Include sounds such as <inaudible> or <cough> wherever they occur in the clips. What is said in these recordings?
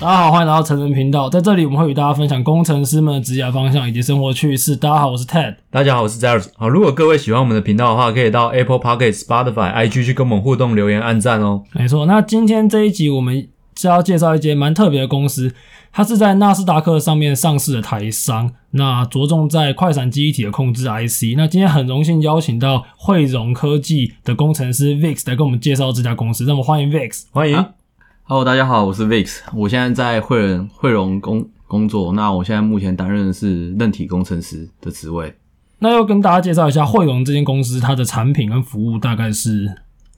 大家好，欢迎来到成人频道，在这里我们会与大家分享工程师们的职业方向以及生活趣事。大家好，我是 Ted。大家好，我是 Zeros。好，如果各位喜欢我们的频道的话，可以到 Apple p o c k e t Spotify、IG 去跟我们互动、留言、按赞哦。没错，那今天这一集我们是要介绍一间蛮特别的公司，它是在纳斯达克上面上市的台商，那着重在快闪记忆体的控制 IC。那今天很荣幸邀请到汇融科技的工程师 Vix 来跟我们介绍这家公司，让我们欢迎 Vix。欢迎，啊 Hello，大家好，我是 Vix，我现在在汇仁汇融工工作，那我现在目前担任的是韧体工程师的职位。那要跟大家介绍一下汇融这间公司，它的产品跟服务大概是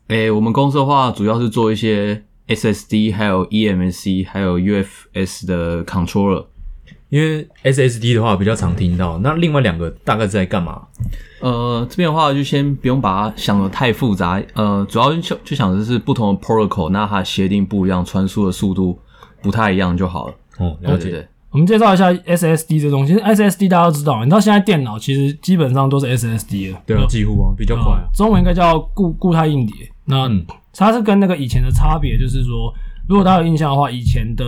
诶、我们公司的话主要是做一些 SSD、还有 E eMMC、还有 UFS 的 controller。因为 SSD 的话比较常听到，那另外两个大概是在干嘛？呃，这边的话就先不用把它想的太复杂，呃，主要就就想的是不同的 protocol，那它协定不一样，传输的速度不太一样就好了。哦，了对解。对对，我们介绍一下 SSD 这东西。SSD 大家都知道，你知道现在电脑其实基本上都是 SSD 了，对啊，几乎啊，比较快啊。中文应该叫固固态硬碟。那嗯它是跟那个以前的差别，就是说，如果大家有印象的话，以前的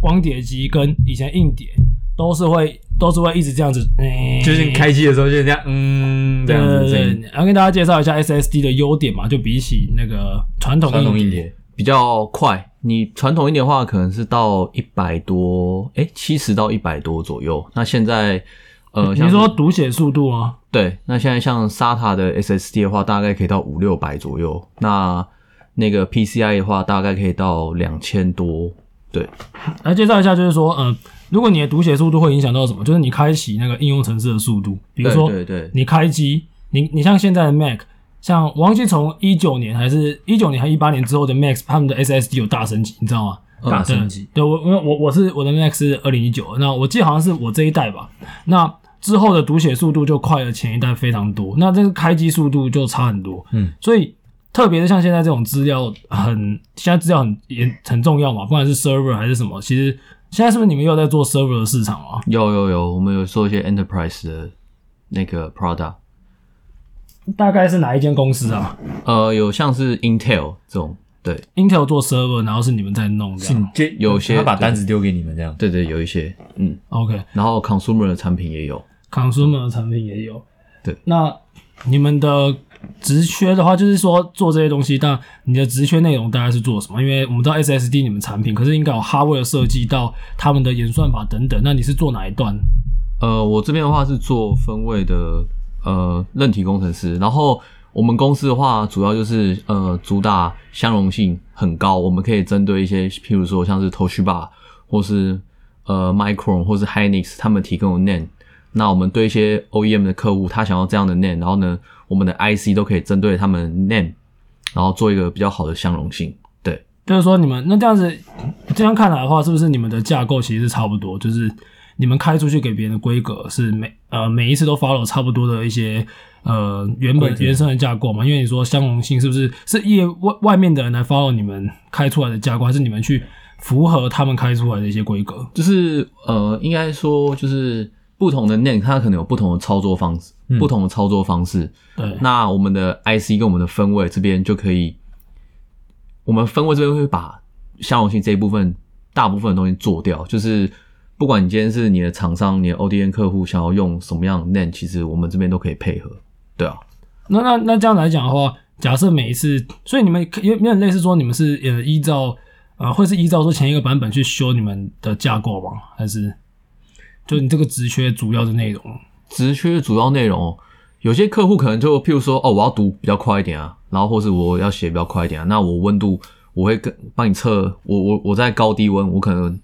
光碟机跟以前硬碟都是会都是会一直这样子，嗯就是你开机的时候就是这样，嗯，这对样子对的声对音。对，然后跟大家介绍一下 SSD 的优点嘛，就比起那个传统传统硬硬碟，碟，比较快。你传统一点的话，可能是到一百多，哎、7七十到一百多左右。那现在，呃，你像是说读写速度啊，对，那现在像 SATA 的 SSD 的话，大概可以到五六百左右。那那个 PCI 的话，大概可以到两千多。对，来介绍一下，就是说，嗯、如果你的读写速度会影响到什么？就是你开启那个应用程式的速度，比如对说，对对你开机，你你像现在的 Mac，像我忘记从一九年还是一九年还一八年之后的 Mac，他们的 SSD 有大升级，你知道吗？哦大升级。对我，因为我我是我的 Mac 是二零一九，那我记得好像是我这一代吧。那之后的读写速度就快了前一代非常多，那这个开机速度就差很多。嗯，所以特别是像现在这种资料很，现在资料很也很重要嘛，不管是 server 还是什么，其实现在是不是你们又在做 server 的市场啊？有有有，我们有做一些 Enterprise 的那个 product，大概是哪一间公司啊呃，有像是 Intel 这种，对？Intel 做 server，然后是你们在弄嗯这是你样。接有些他把单子丢给你们这样。对对，有一些，嗯， OK，然后 consumer 的产品也有。 consumer 的产品也有。对，那你们的职缺的话，就是说做这些东西，但你的职缺内容大概是做什么？因为我们知道 SSD 你们产品，可是应该有 hardware 设计到他们的演算法等等，那你是做哪一段？呃，我这边的话是做分位的呃韧体工程师，然后我们公司的话主要就是呃主打相容性很高，我们可以针对一些譬如说像是 Toshiba 或是呃 Micron 或是 Hynix 他们提供的 NAND，那我们对一些 OEM 的客户，他想要这样的 NAND，然后呢，我们的 IC 都可以针对他们 NAND，然后做一个比较好的相容性。对，就是说你们那这样子，这样看来的话，是不是你们的架构其实是差不多？就是你们开出去给别人的规格是每呃每一次都 follow 差不多的一些呃原本规则原生的架构嘛？因为你说相容性是不是是业外外面的人来 follow 你们开出来的架构，还是你们去符合他们开出来的一些规格？就是呃，应该说就是不同的 NAND，它可能有不同的操作方式，嗯不同的操作方式。对，那我们的 IC 跟我们的分位这边就可以，我们分位这边会把相容性这一部分大部分的东西做掉，就是不管你今天是你的厂商、你的 ODM 客户想要用什么样的 NAND，其实我们这边都可以配合。对啊，那那那这样来讲的话，假设每一次，所以你们可有有点类似说你们是呃依照呃会是依照说前一个版本去修你们的架构吗？还是就你这个职缺主要的内容？职缺主要内容，哦有些客户可能就譬如说，哦，我要读比较快一点啊，然后或是我要写比较快一点啊，那我温度我会跟帮你测，我我我在高低温，我可能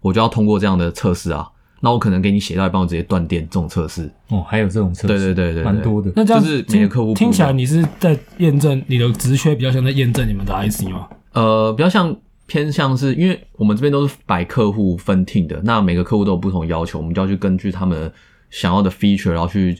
我就要通过这样的测试啊，那我可能给你写到一半，我直接断电这种测试。哦，还有这种测对试，对对对对蛮多的。那这样就是听每个客户不一样听起来你是在验证你的职缺，比较像在验证你们哦的 IC 吗？呃，比较像偏向是因为我们这边都是百客户分听的，那每个客户都有不同要求，我们就要去根据他们想要的 feature，然后去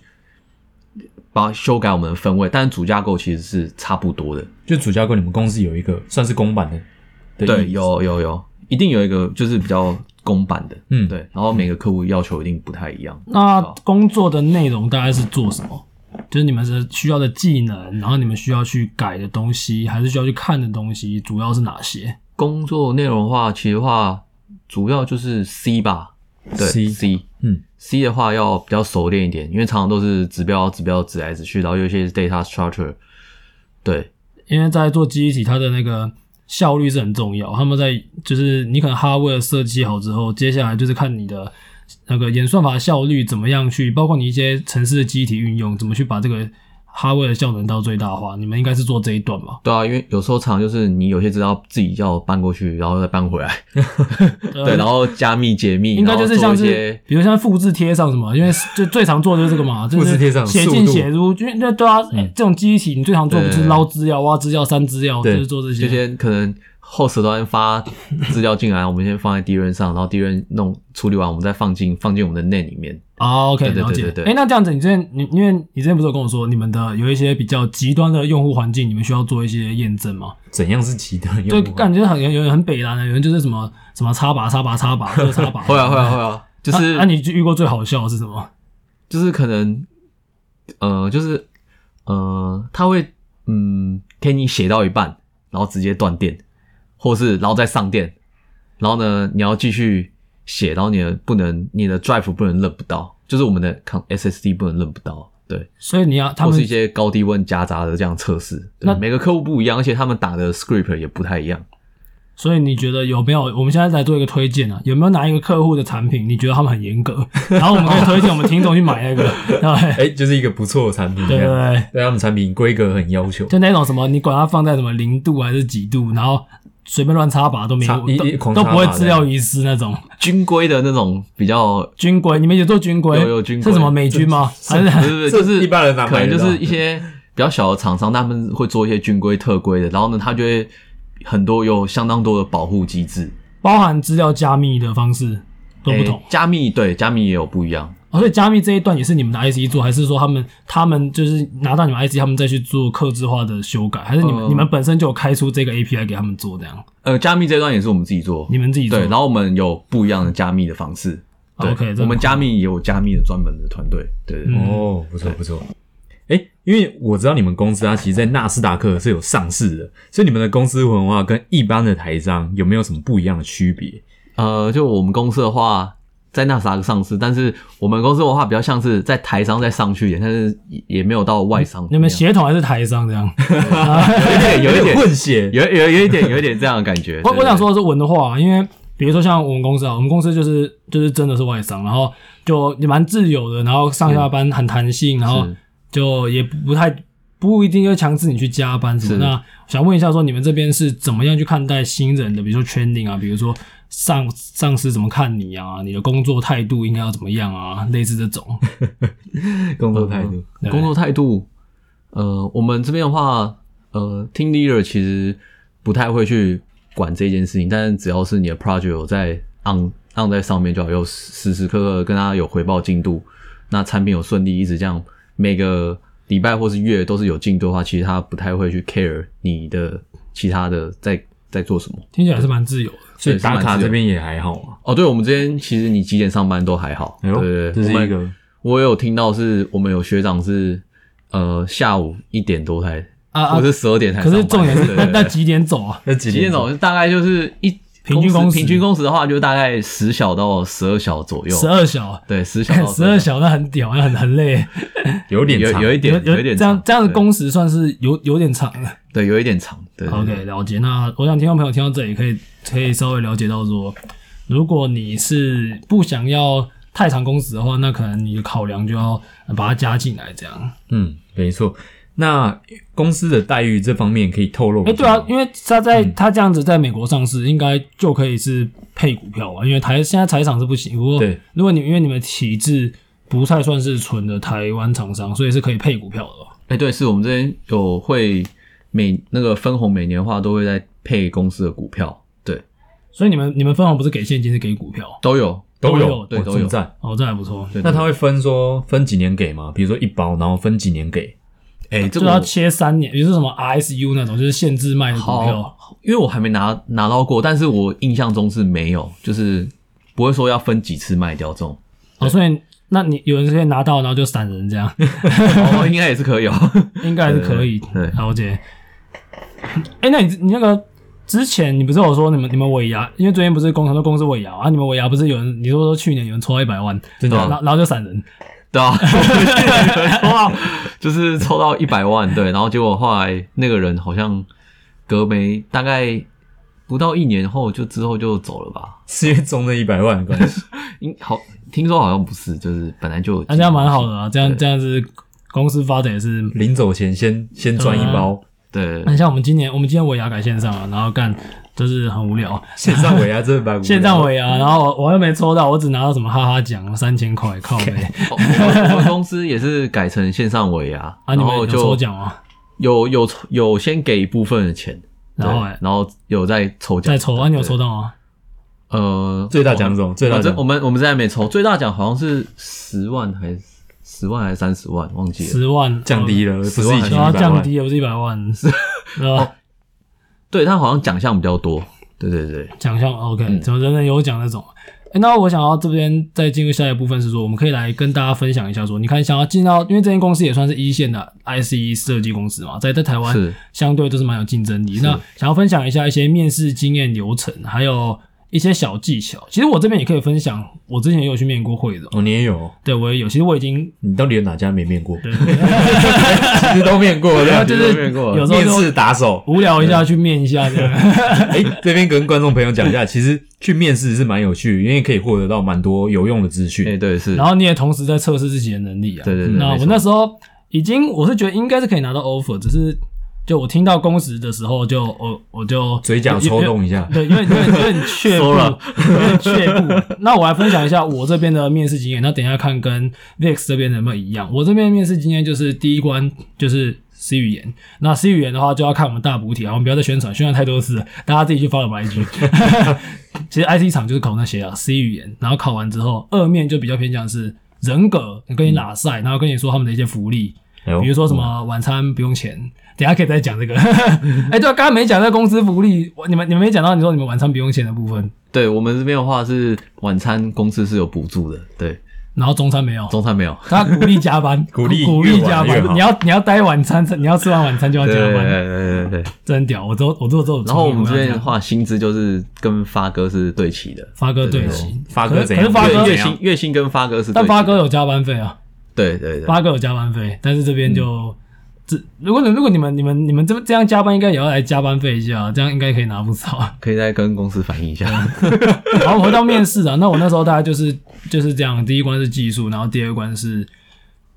把修改我们的分位，但主架构其实是差不多的。就主架构，你们公司有一个算是公版的，的对，意思有有有，一定有一个就是比较公版的，嗯对，然后每个客户要求一定不太一样。那工作的内容大概是做什么？就是你们是需要的技能，然后你们需要去改的东西，还是需要去看的东西，主要是哪些？工作内容的话，其实的话主要就是 C 吧，对 C C 嗯 C 的话要比较熟练一点，因为常常都是指标、指标指来指去，然后有一些是 data structure，对，因为在做记忆体，它的那个效率是很重要。他们在就是你可能 hardware 设计好之后，接下来就是看你的那个演算法效率怎么样去，包括你一些城市的记忆体运用，怎么去把这个 hardware 的效能到最大化。你们应该是做这一段吧？对啊，因为有时候常常就是你有些资料自己要搬过去，然后再搬 <laughs> 回来，对，然后加密解密，啊应该就是然后像做一是些，比如像复制贴上什么，因为就最常做的就是这个嘛，就是复制贴上写速进度写出，因为对对啊，这种记忆体你最常做不对是捞资料、挖资料、删资料，就对是做这些。这些可能后时端发资料进来，我们先放在 D 润上，然后 D 润弄处理完，我们再放进放进我们的 NAND 里面。哦，OK，对对了解对对。对哎，那这样子，你之前你因为你之前不是有跟我说，你们的有一些比较极端的用户环境，你们需要做一些验证吗？怎样是极端就用户？感觉很有有人很北蓝的，有人就是什么什么插拔插拔插拔，就是插拔。 <laughs> 会啊会啊会啊，就那是、那你就遇过最好笑的是什么？就是可能，呃，就是呃，他会嗯，给你写到一半，然后直接断电，或是然后再上电，然后呢，你要继续写，然后你的不能，你的 drive 不能认不到，就是我们的 con- SSD 不能认不到，对，所以你要他或们是一些高低温夹杂的这样测试，对那每个客户不一样，而且他们打的 script 也不太一样。所以你觉得有没有？我们现在来做一个推荐啊，有没有哪一个客户的产品你觉得他们很严 <laughs> 格，然后我们可以推荐我们听众去买那个，对哎、就是一个不错的产品，对这对样对， <laughs> 对他们产品规格很要求，就那种什么，你管它放在什么零度还是几度，然后随便乱插拔都没插一一都狂都不会插拔资料遗失那种。军规的那种比较军规，你们也做军规？有有军规是什么美军吗？还是 <laughs> 不是不是， <laughs> 这就是一般人哪可买能得就到是一些比较小的厂商，他们会做一些军规、特规的，然后呢，他就会很多有相当多的保护机制， <laughs> 包含资料加密的方式都不哎同诶、加密对加密也有不一样，哦所以加密这一段也是你们的 IC 做，还是说他们他们就是拿到你们 IC，他们再去做克制化的修改，还是你们、哦嗯你们本身就有开出这个 API 给他们做这样？呃，加密这段也是我们自己做，你们自己做对，然后我们有不一样的加密的方式。对 OK，这我们很加密也有加密的专门的团队，对，对对嗯哦，不错不错。哎、因为我知道你们公司它啊其实，在纳斯达克是有上市的，所以你们的公司文化跟一般的台商有没有什么不一样的区别？嗯呃，就我们公司的话，在纳斯达克上市，但是我们公司的话比较像是在台商再上去一点，但是也也没有到外商那你样，们协同还是台商这样？有一 <laughs> 点，有一点混血，有有有一点有一点这样的感觉。我对我想，说的是文化，啊因为比如说像我们公司啊，我们公司就是就是真的是外商，然后就也蛮自由的，然后上下班很弹性，然后是就也不太不一定要强制你去加班什么。是那想问一下，说你们这边是怎么样去看待新人的？比如说 training 啊，比如说上上司怎么看你啊？你的工作态度应该要怎么样啊？类似这种，工作态度。对工作态度，呃，我们这边的话，呃，team leader 其实不太会去管这件事情，但是只要是你的 project 有在 on on 在上面就好，有时时刻刻跟他有回报进度，那产品有顺利，一直这样每个礼拜或是月都是有进度的话，其实他不太会去 care 你的其他的在在做什么。听起来是蛮自由的。所以对是蛮打卡自由这边也还好啊。哦，对，我们这边其实你几点上班都还好，哎对呦对，对这是我们一个我有听到是我们有学长是呃下午一点多才，啊啊或是十二点才可上是班。重点是对那对那对几点走啊？那几几点？钟？大概就是一平均工工时时，平均工时的话就大概十小到十二小左右。十二小，啊对，十小到 <laughs> 十二小那很屌，那很很累。有点有长，有一点有一点这样长这样的工时算是有有点长了。对，有一点长。对对 OK，了解。那我想听众朋友听到这里，可以可以稍微了解到说，如果你是不想要太长工时的话，那可能你的考量就要把它加进来。这样，嗯，没错。那公司的待遇这方面可以透露一哎、下对吗？嗯啊，因为他在、他这样子在美国上市，应该就可以是配股票啊，因为台现在台厂是不行。不过对，如果你因为你们体制不太算是纯的台湾厂商，所以是可以配股票的吧。哎、对，是我们这边有会每那个分红每年的话都会在配公司的股票，对，所以你们你们分红不是给现金，是给股票，都有。都都有有，对哦都有这么赞哦，这还不错。对，那他会会分说分几年给吗？比如说一包，然后分几年给？ <laughs> 哎、这就是个我要切三年，也就是什么 RSU 那种，就是限制卖的股票。好，因为我还没拿拿到过，但是我印象中是没有，就是不会说要分几次卖掉这种，哦，所以那你有人可以拿到，然后就散人这样，哦，应该也是可以哦。 <laughs> 应该还是可以对了解。哎、那你你那个之前你不是有说你们你们尾牙，因为最近不是工很多公司尾牙啊，你们尾牙不是有人你说说去年有人抽到一百万，真的然啊后然后就闪人，对啊，抽到就是抽到一百万，对，然后结果后来那个人好像隔没大概不到一年后就之后就走了吧？是因为中那一百万的关系。应好听说好像不是，就是本来就有那这样蛮好的啊，这样这样子公司发展也是。临走前先先赚一嗯包，对，那像我们今年我们今年尾牙改线上了，然后干就是很无聊，线上尾牙真的蛮无聊的线上尾牙，然后我我又没抽到，我只拿到什么哈哈奖三千块， <laughs> 靠背哦我们公司也是改成线上尾牙，啊！然你们后有就抽奖吗？有有抽有先给一部分的钱，然后对欸然后有在抽奖，再抽啊，你有抽到？到吗？呃，最大奖是什么最大我哦奖这我们我们现在没抽，最大奖好像是十万还是十万还是三十万，忘记了。十万降低哦了，不是以前然后一百降万。哦低也不是一百 <laughs> 万， <laughs> 是吧？对，但好像奖项比较多。对对对，奖项嗯 OK，怎么人人有奖那种。诶那我想要这边再进入下一部分是说，我们可以来跟大家分享一下说，你看想要进到，因为这间公司也算是一线的 IC 设计公司嘛，在在台湾是相对都是蛮有竞争力。那想要分享一下一些面试经验流程，还有一些小技巧。其实我这边也可以分享，我之前也有去面过会的，哦，你也有？对我也有。其实我已经你到底有哪家没面过？其实都面 <laughs> 过，对吧，就都是面过有时候哦面就试 <laughs> 打手。无聊一下去面一下这样。哎，这边跟观众朋友讲一下，其实去面试是蛮有趣的，因为可以获得到蛮多有用的资哎、讯。对是，然后你也同时在测试自己的能力啊。对对对，那没我错那时候已经，我是觉得应该是可以拿到 offer，只是就我听到工时的时候就，我我就嘴角抽动一下，对，因为因为有点却步，<laughs> 收了有点却步。那我来分享一下我这边的面试经验，那等一下看跟 VIX 这边有没有一样。我这边的面试经验就是第一关就是 C 语言，那 C 语言的话就要看我们大补体啊，我们不要再宣传，宣传太多次了，大家自己去 follow 我们 IG。其实 IT 厂就是考那些啊，C 语言，然后考完之后，二面就比较偏向是人格，跟你拉赛，然后跟你说他们的一些福利，哎哦呦比如说什嗯么晚餐不用钱，等一下可以再讲这个。 <laughs> 哎、对啊，刚刚没讲到公司福利，我你们你们没讲到你说你们晚餐不用钱的部分，对我们这边的话是晚餐公司是有补助的，对，然后中餐没有，中餐没有。他鼓励加 <laughs> 班，鼓励鼓励加越晚越班，好你要你要待晚餐，你要吃完晚餐就要对加对班，对对对对。真屌！我都我都都有然后我经历们过这边的样话，薪资就是跟发哥是对齐的，发哥对对齐，发可哥是怎可样？是发哥对月怎样薪月薪跟发哥是对齐嗯的。但发哥有加班费啊，对对对，发哥有加班费，但是这边嗯就。这如果你如果你们你们你们这这样加班应该也要来加班费一下，啊这样应该可以拿不少。可以再跟公司反映一下。然后回到面试啊，那我那时候大概就是就是这样，第一关是技术，然后第二关是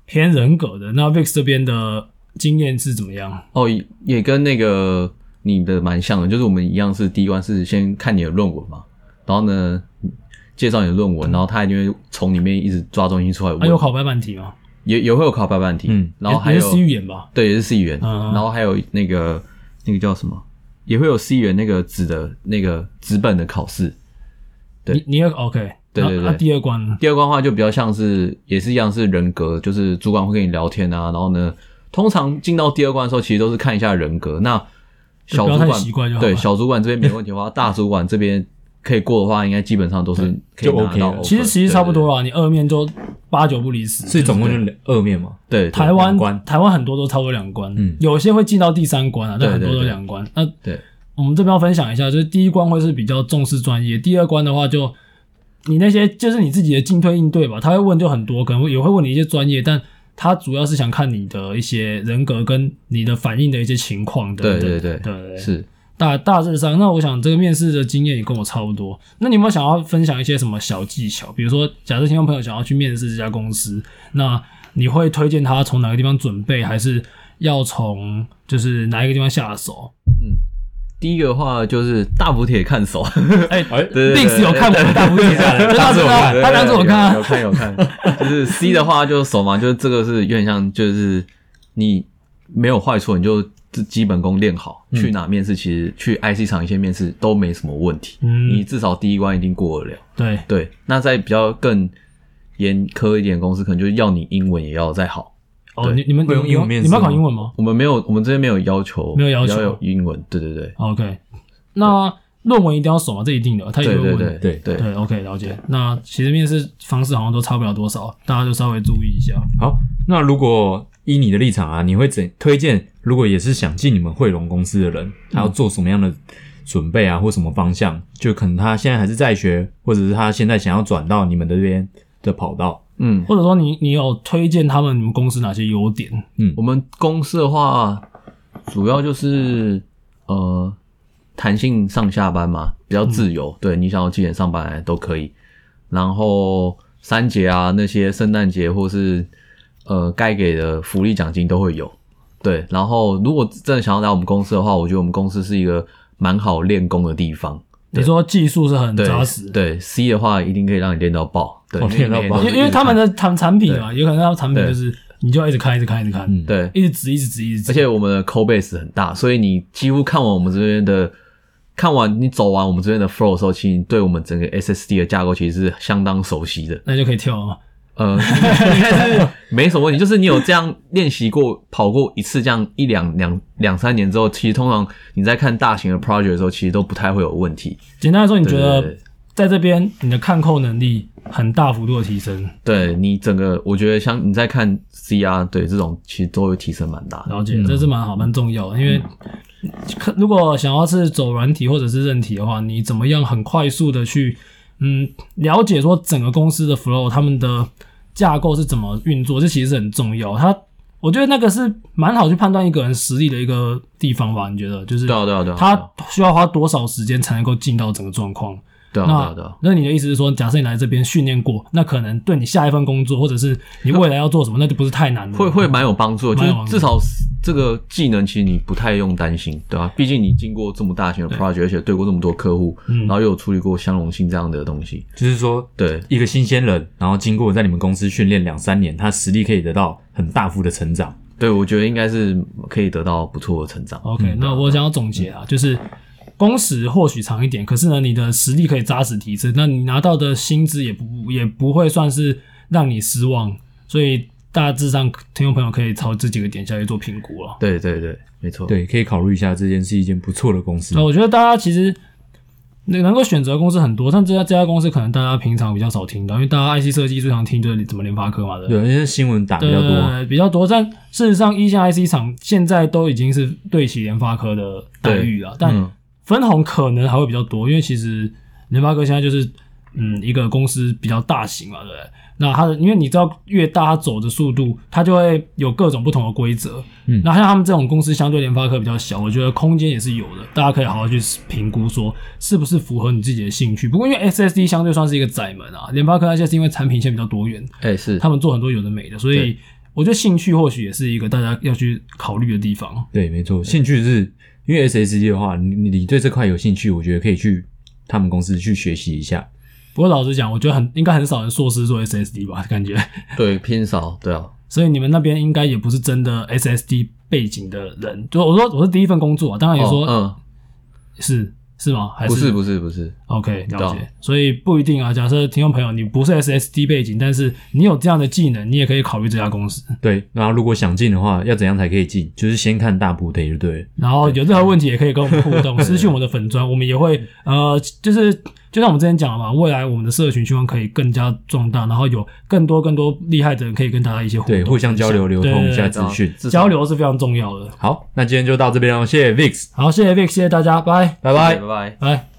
偏人格的。那 VIX 这边的经验是怎么样？哦，也也跟那个你的蛮像的，就是我们一样是第一关是先看你的论文嘛，然后呢介绍你的论文，然后他就会从里面一直抓东西出来问，啊，有考白板题吗？也也会有考白板题，嗯然后也还也有是 C 语言吧？对也是 C 啊语言，嗯然后还有那个那个叫什么，也会有 C 语言那个纸的那个纸本的考试。对你你也 OK？对对那对那第二关呢第二关的话就比较像是也是一样是人格，就是主管会跟你聊天啊，然后呢，通常进到第二关的时候，其实都是看一下人格。那小就不主要太管奇怪就好对了小主管这边没问 <laughs> 题的话，大主管这边可以过的话，应该基本上都是可以就拿 OK 到了 offer。其实其实差不多啦，你二面就八九不离十。所以总共就两二面嘛。对，对对台湾两关台湾很多都差不多两关，嗯有些会进到第三关啊，但对很多对都对两关。那对我们这边要分享一下，就是第一关会是比较重视专业，第二关的话就你那些就是你自己的进退应对吧，他会问就很多，可能会也会问你一些专业，但他主要是想看你的一些人格跟你的反应的一些情况等对等。对对对对，是大大致上，那我想这个面试的经验也跟我差不多。那你有没有想要分享一些什么小技巧？比如说，假设听众朋友想要去面试这家公司，那你会推荐他从哪个地方准备，还是要从就是哪一个地方下手第一个的话就是大补铁看手，哎哎，对对对？Bix 有看我的大补帖啊，真的他知只有道看他当时我看啊有有看有看，就是 C 的话就是手嘛，就是这个是有点像，就是你没有坏处，你就基本功练好，去哪面试其实去 IC 厂一些面试都没什么问题，嗯你至少第一关一定过得了。对，对，那在比较更严苛一点的公司，可能就是要你英文也要再好。哦，对你你们会用你英文们面你试们要考吗英文吗我们没有，我们这边没有要求，没有要求要有英文。对对对，哦？OK，那论文一定要熟吗？这一定的，他也对会对问。对对对。对，OK，了解。那其实面试方式好像都差不了多少，大家就稍微注意一下。好，那如果依你的立场啊，你会怎推荐？如果也是想进你们汇龙公司的人，他要做什么样的准备啊，或什么方向，就可能他现在还是在学，或者是他现在想要转到你们这边的跑道。嗯，或者说你你有推荐他们你们公司哪些优点？我们公司的话，主要就是呃弹性上下班嘛，比较自由。对你想要几点上班都可以。然后三节啊，那些圣诞节或是呃该给的福利奖金都会有。对，然后如果真的想要来我们公司的话，我觉得我们公司是一个蛮好练功的地方。你说技术是很对扎实，对 C 的话，一定可以让你练到爆。对哦，练到爆因为因为他们的产产品嘛，有可能他们产品对就是你就要一直看，一直看，一直看，嗯对一直指，一直指，一直指。而且我们的 code base 很大，所以你几乎看完我们这边的，看完你走完我们这边的 flow 的时候，其实你对我们整个 SSD 的架构其实是相当熟悉的。那就可以跳了。呃，应该是没什么问题，就是你有这样练习过、跑过一次，这样一两两两三年之后，其实通常你在看大型的 project 的时候，其实都不太会有问题。简单来说，你对觉对得对在这边你的看扣能力很大幅度的提升？对你整个，我觉得像你在看 CR 对这种，其实都会提升蛮大的。了解，这是蛮好蛮重要嗯的，因为可如果想要是走软体或者是韧体的话，你怎么样很快速的去嗯了解说整个公司的 flow，他们的架构是怎么运作，这其实是很重要。它我觉得那个是蛮好去判断一个人实力的一个地方吧？你觉得就是对啊，对啊，对啊。他需要花多少时间才能够进到整个状况？对啊，对啊，对啊那。那你的意思是说，假设你来这边训练过，那可能对你下一份工作或者是你未来要做什么，那就不是太难了。会会蛮有帮助的，嗯蛮就有帮是助至少是这个技能其实你不太用担心，对吧、毕竟你经过这么大型的 project，而且对过这么多客户，嗯然后又有处理过相容性这样的东西，就是说，对一个新鲜人，然后经过在你们公司训练两三年，他实力可以得到很大幅的成长。对，我觉得应该是可以得到不错的成长。 OK，、那我想要总结啊，就是工时或许长一点，可是呢，你的实力可以扎实提升，那你拿到的薪资也不也不会算是让你失望，所以大致上听众朋友可以朝这几个点下去做评估啊了。对对对，没错。对，可以考虑一下，这件是一件不错的公嗯司那。我觉得大家其实那能够选择的公司很多，但这家这家公司可能大家平常比较少听到，因为大家 IC 设计最常听就是怎么联发科嘛，对不对，因为新闻打比较多，对，比较多。但事实上，一，E 线 IC 厂现在都已经是对齐联发科的待遇了，但嗯分红可能还会比较多，因为其实联发科现在就是嗯一个公司比较大型嘛，对不对？那它的因为你知道越大，它走的速度，它就会有各种不同的规则。嗯那像他们这种公司，相对联发科比较小，我觉得空间也是有的，大家可以好好去评估说是不是符合你自己的兴趣。不过因为 SSD 相对算是一个窄门啊，联发科那些是因为产品线比较多元，哎、是他们做很多有的没的，所以我觉得兴趣或许也是一个大家要去考虑的地方。对，没错。兴趣是因为 SSD 的话，你你对这块有兴趣，我觉得可以去他们公司去学习一下。不过老实讲，我觉得很应该很少人硕士做 SSD 吧，感觉，对偏少，对啊，所以你们那边应该也不是真的 SSD 背景的人。就我说我是第一份工作啊，当然也说、哦是是吗？还嗯，不是不是不是， OK 了对啊解，所以不一定啊。假设听众朋友你不是 SSD 背景，但是你有这样的技能，你也可以考虑这家公司。对，然后如果想进的话，要怎样才可以进？就是先看大部队就对了。然后有任何问题也可以跟我们互动，私讯我们的粉砖，我们也会呃，就是就像我们之前讲的嘛，未来我们的社群希望可以更加壮大，然后有更多更多厉害的人可以跟大家一起互动，对，互相交流流对通一对下对资讯。至少交流是非常重要的。好，那今天就到这边喽，谢谢 VIX，好，谢谢 Vic，谢谢大家，拜拜拜拜。拜。拜。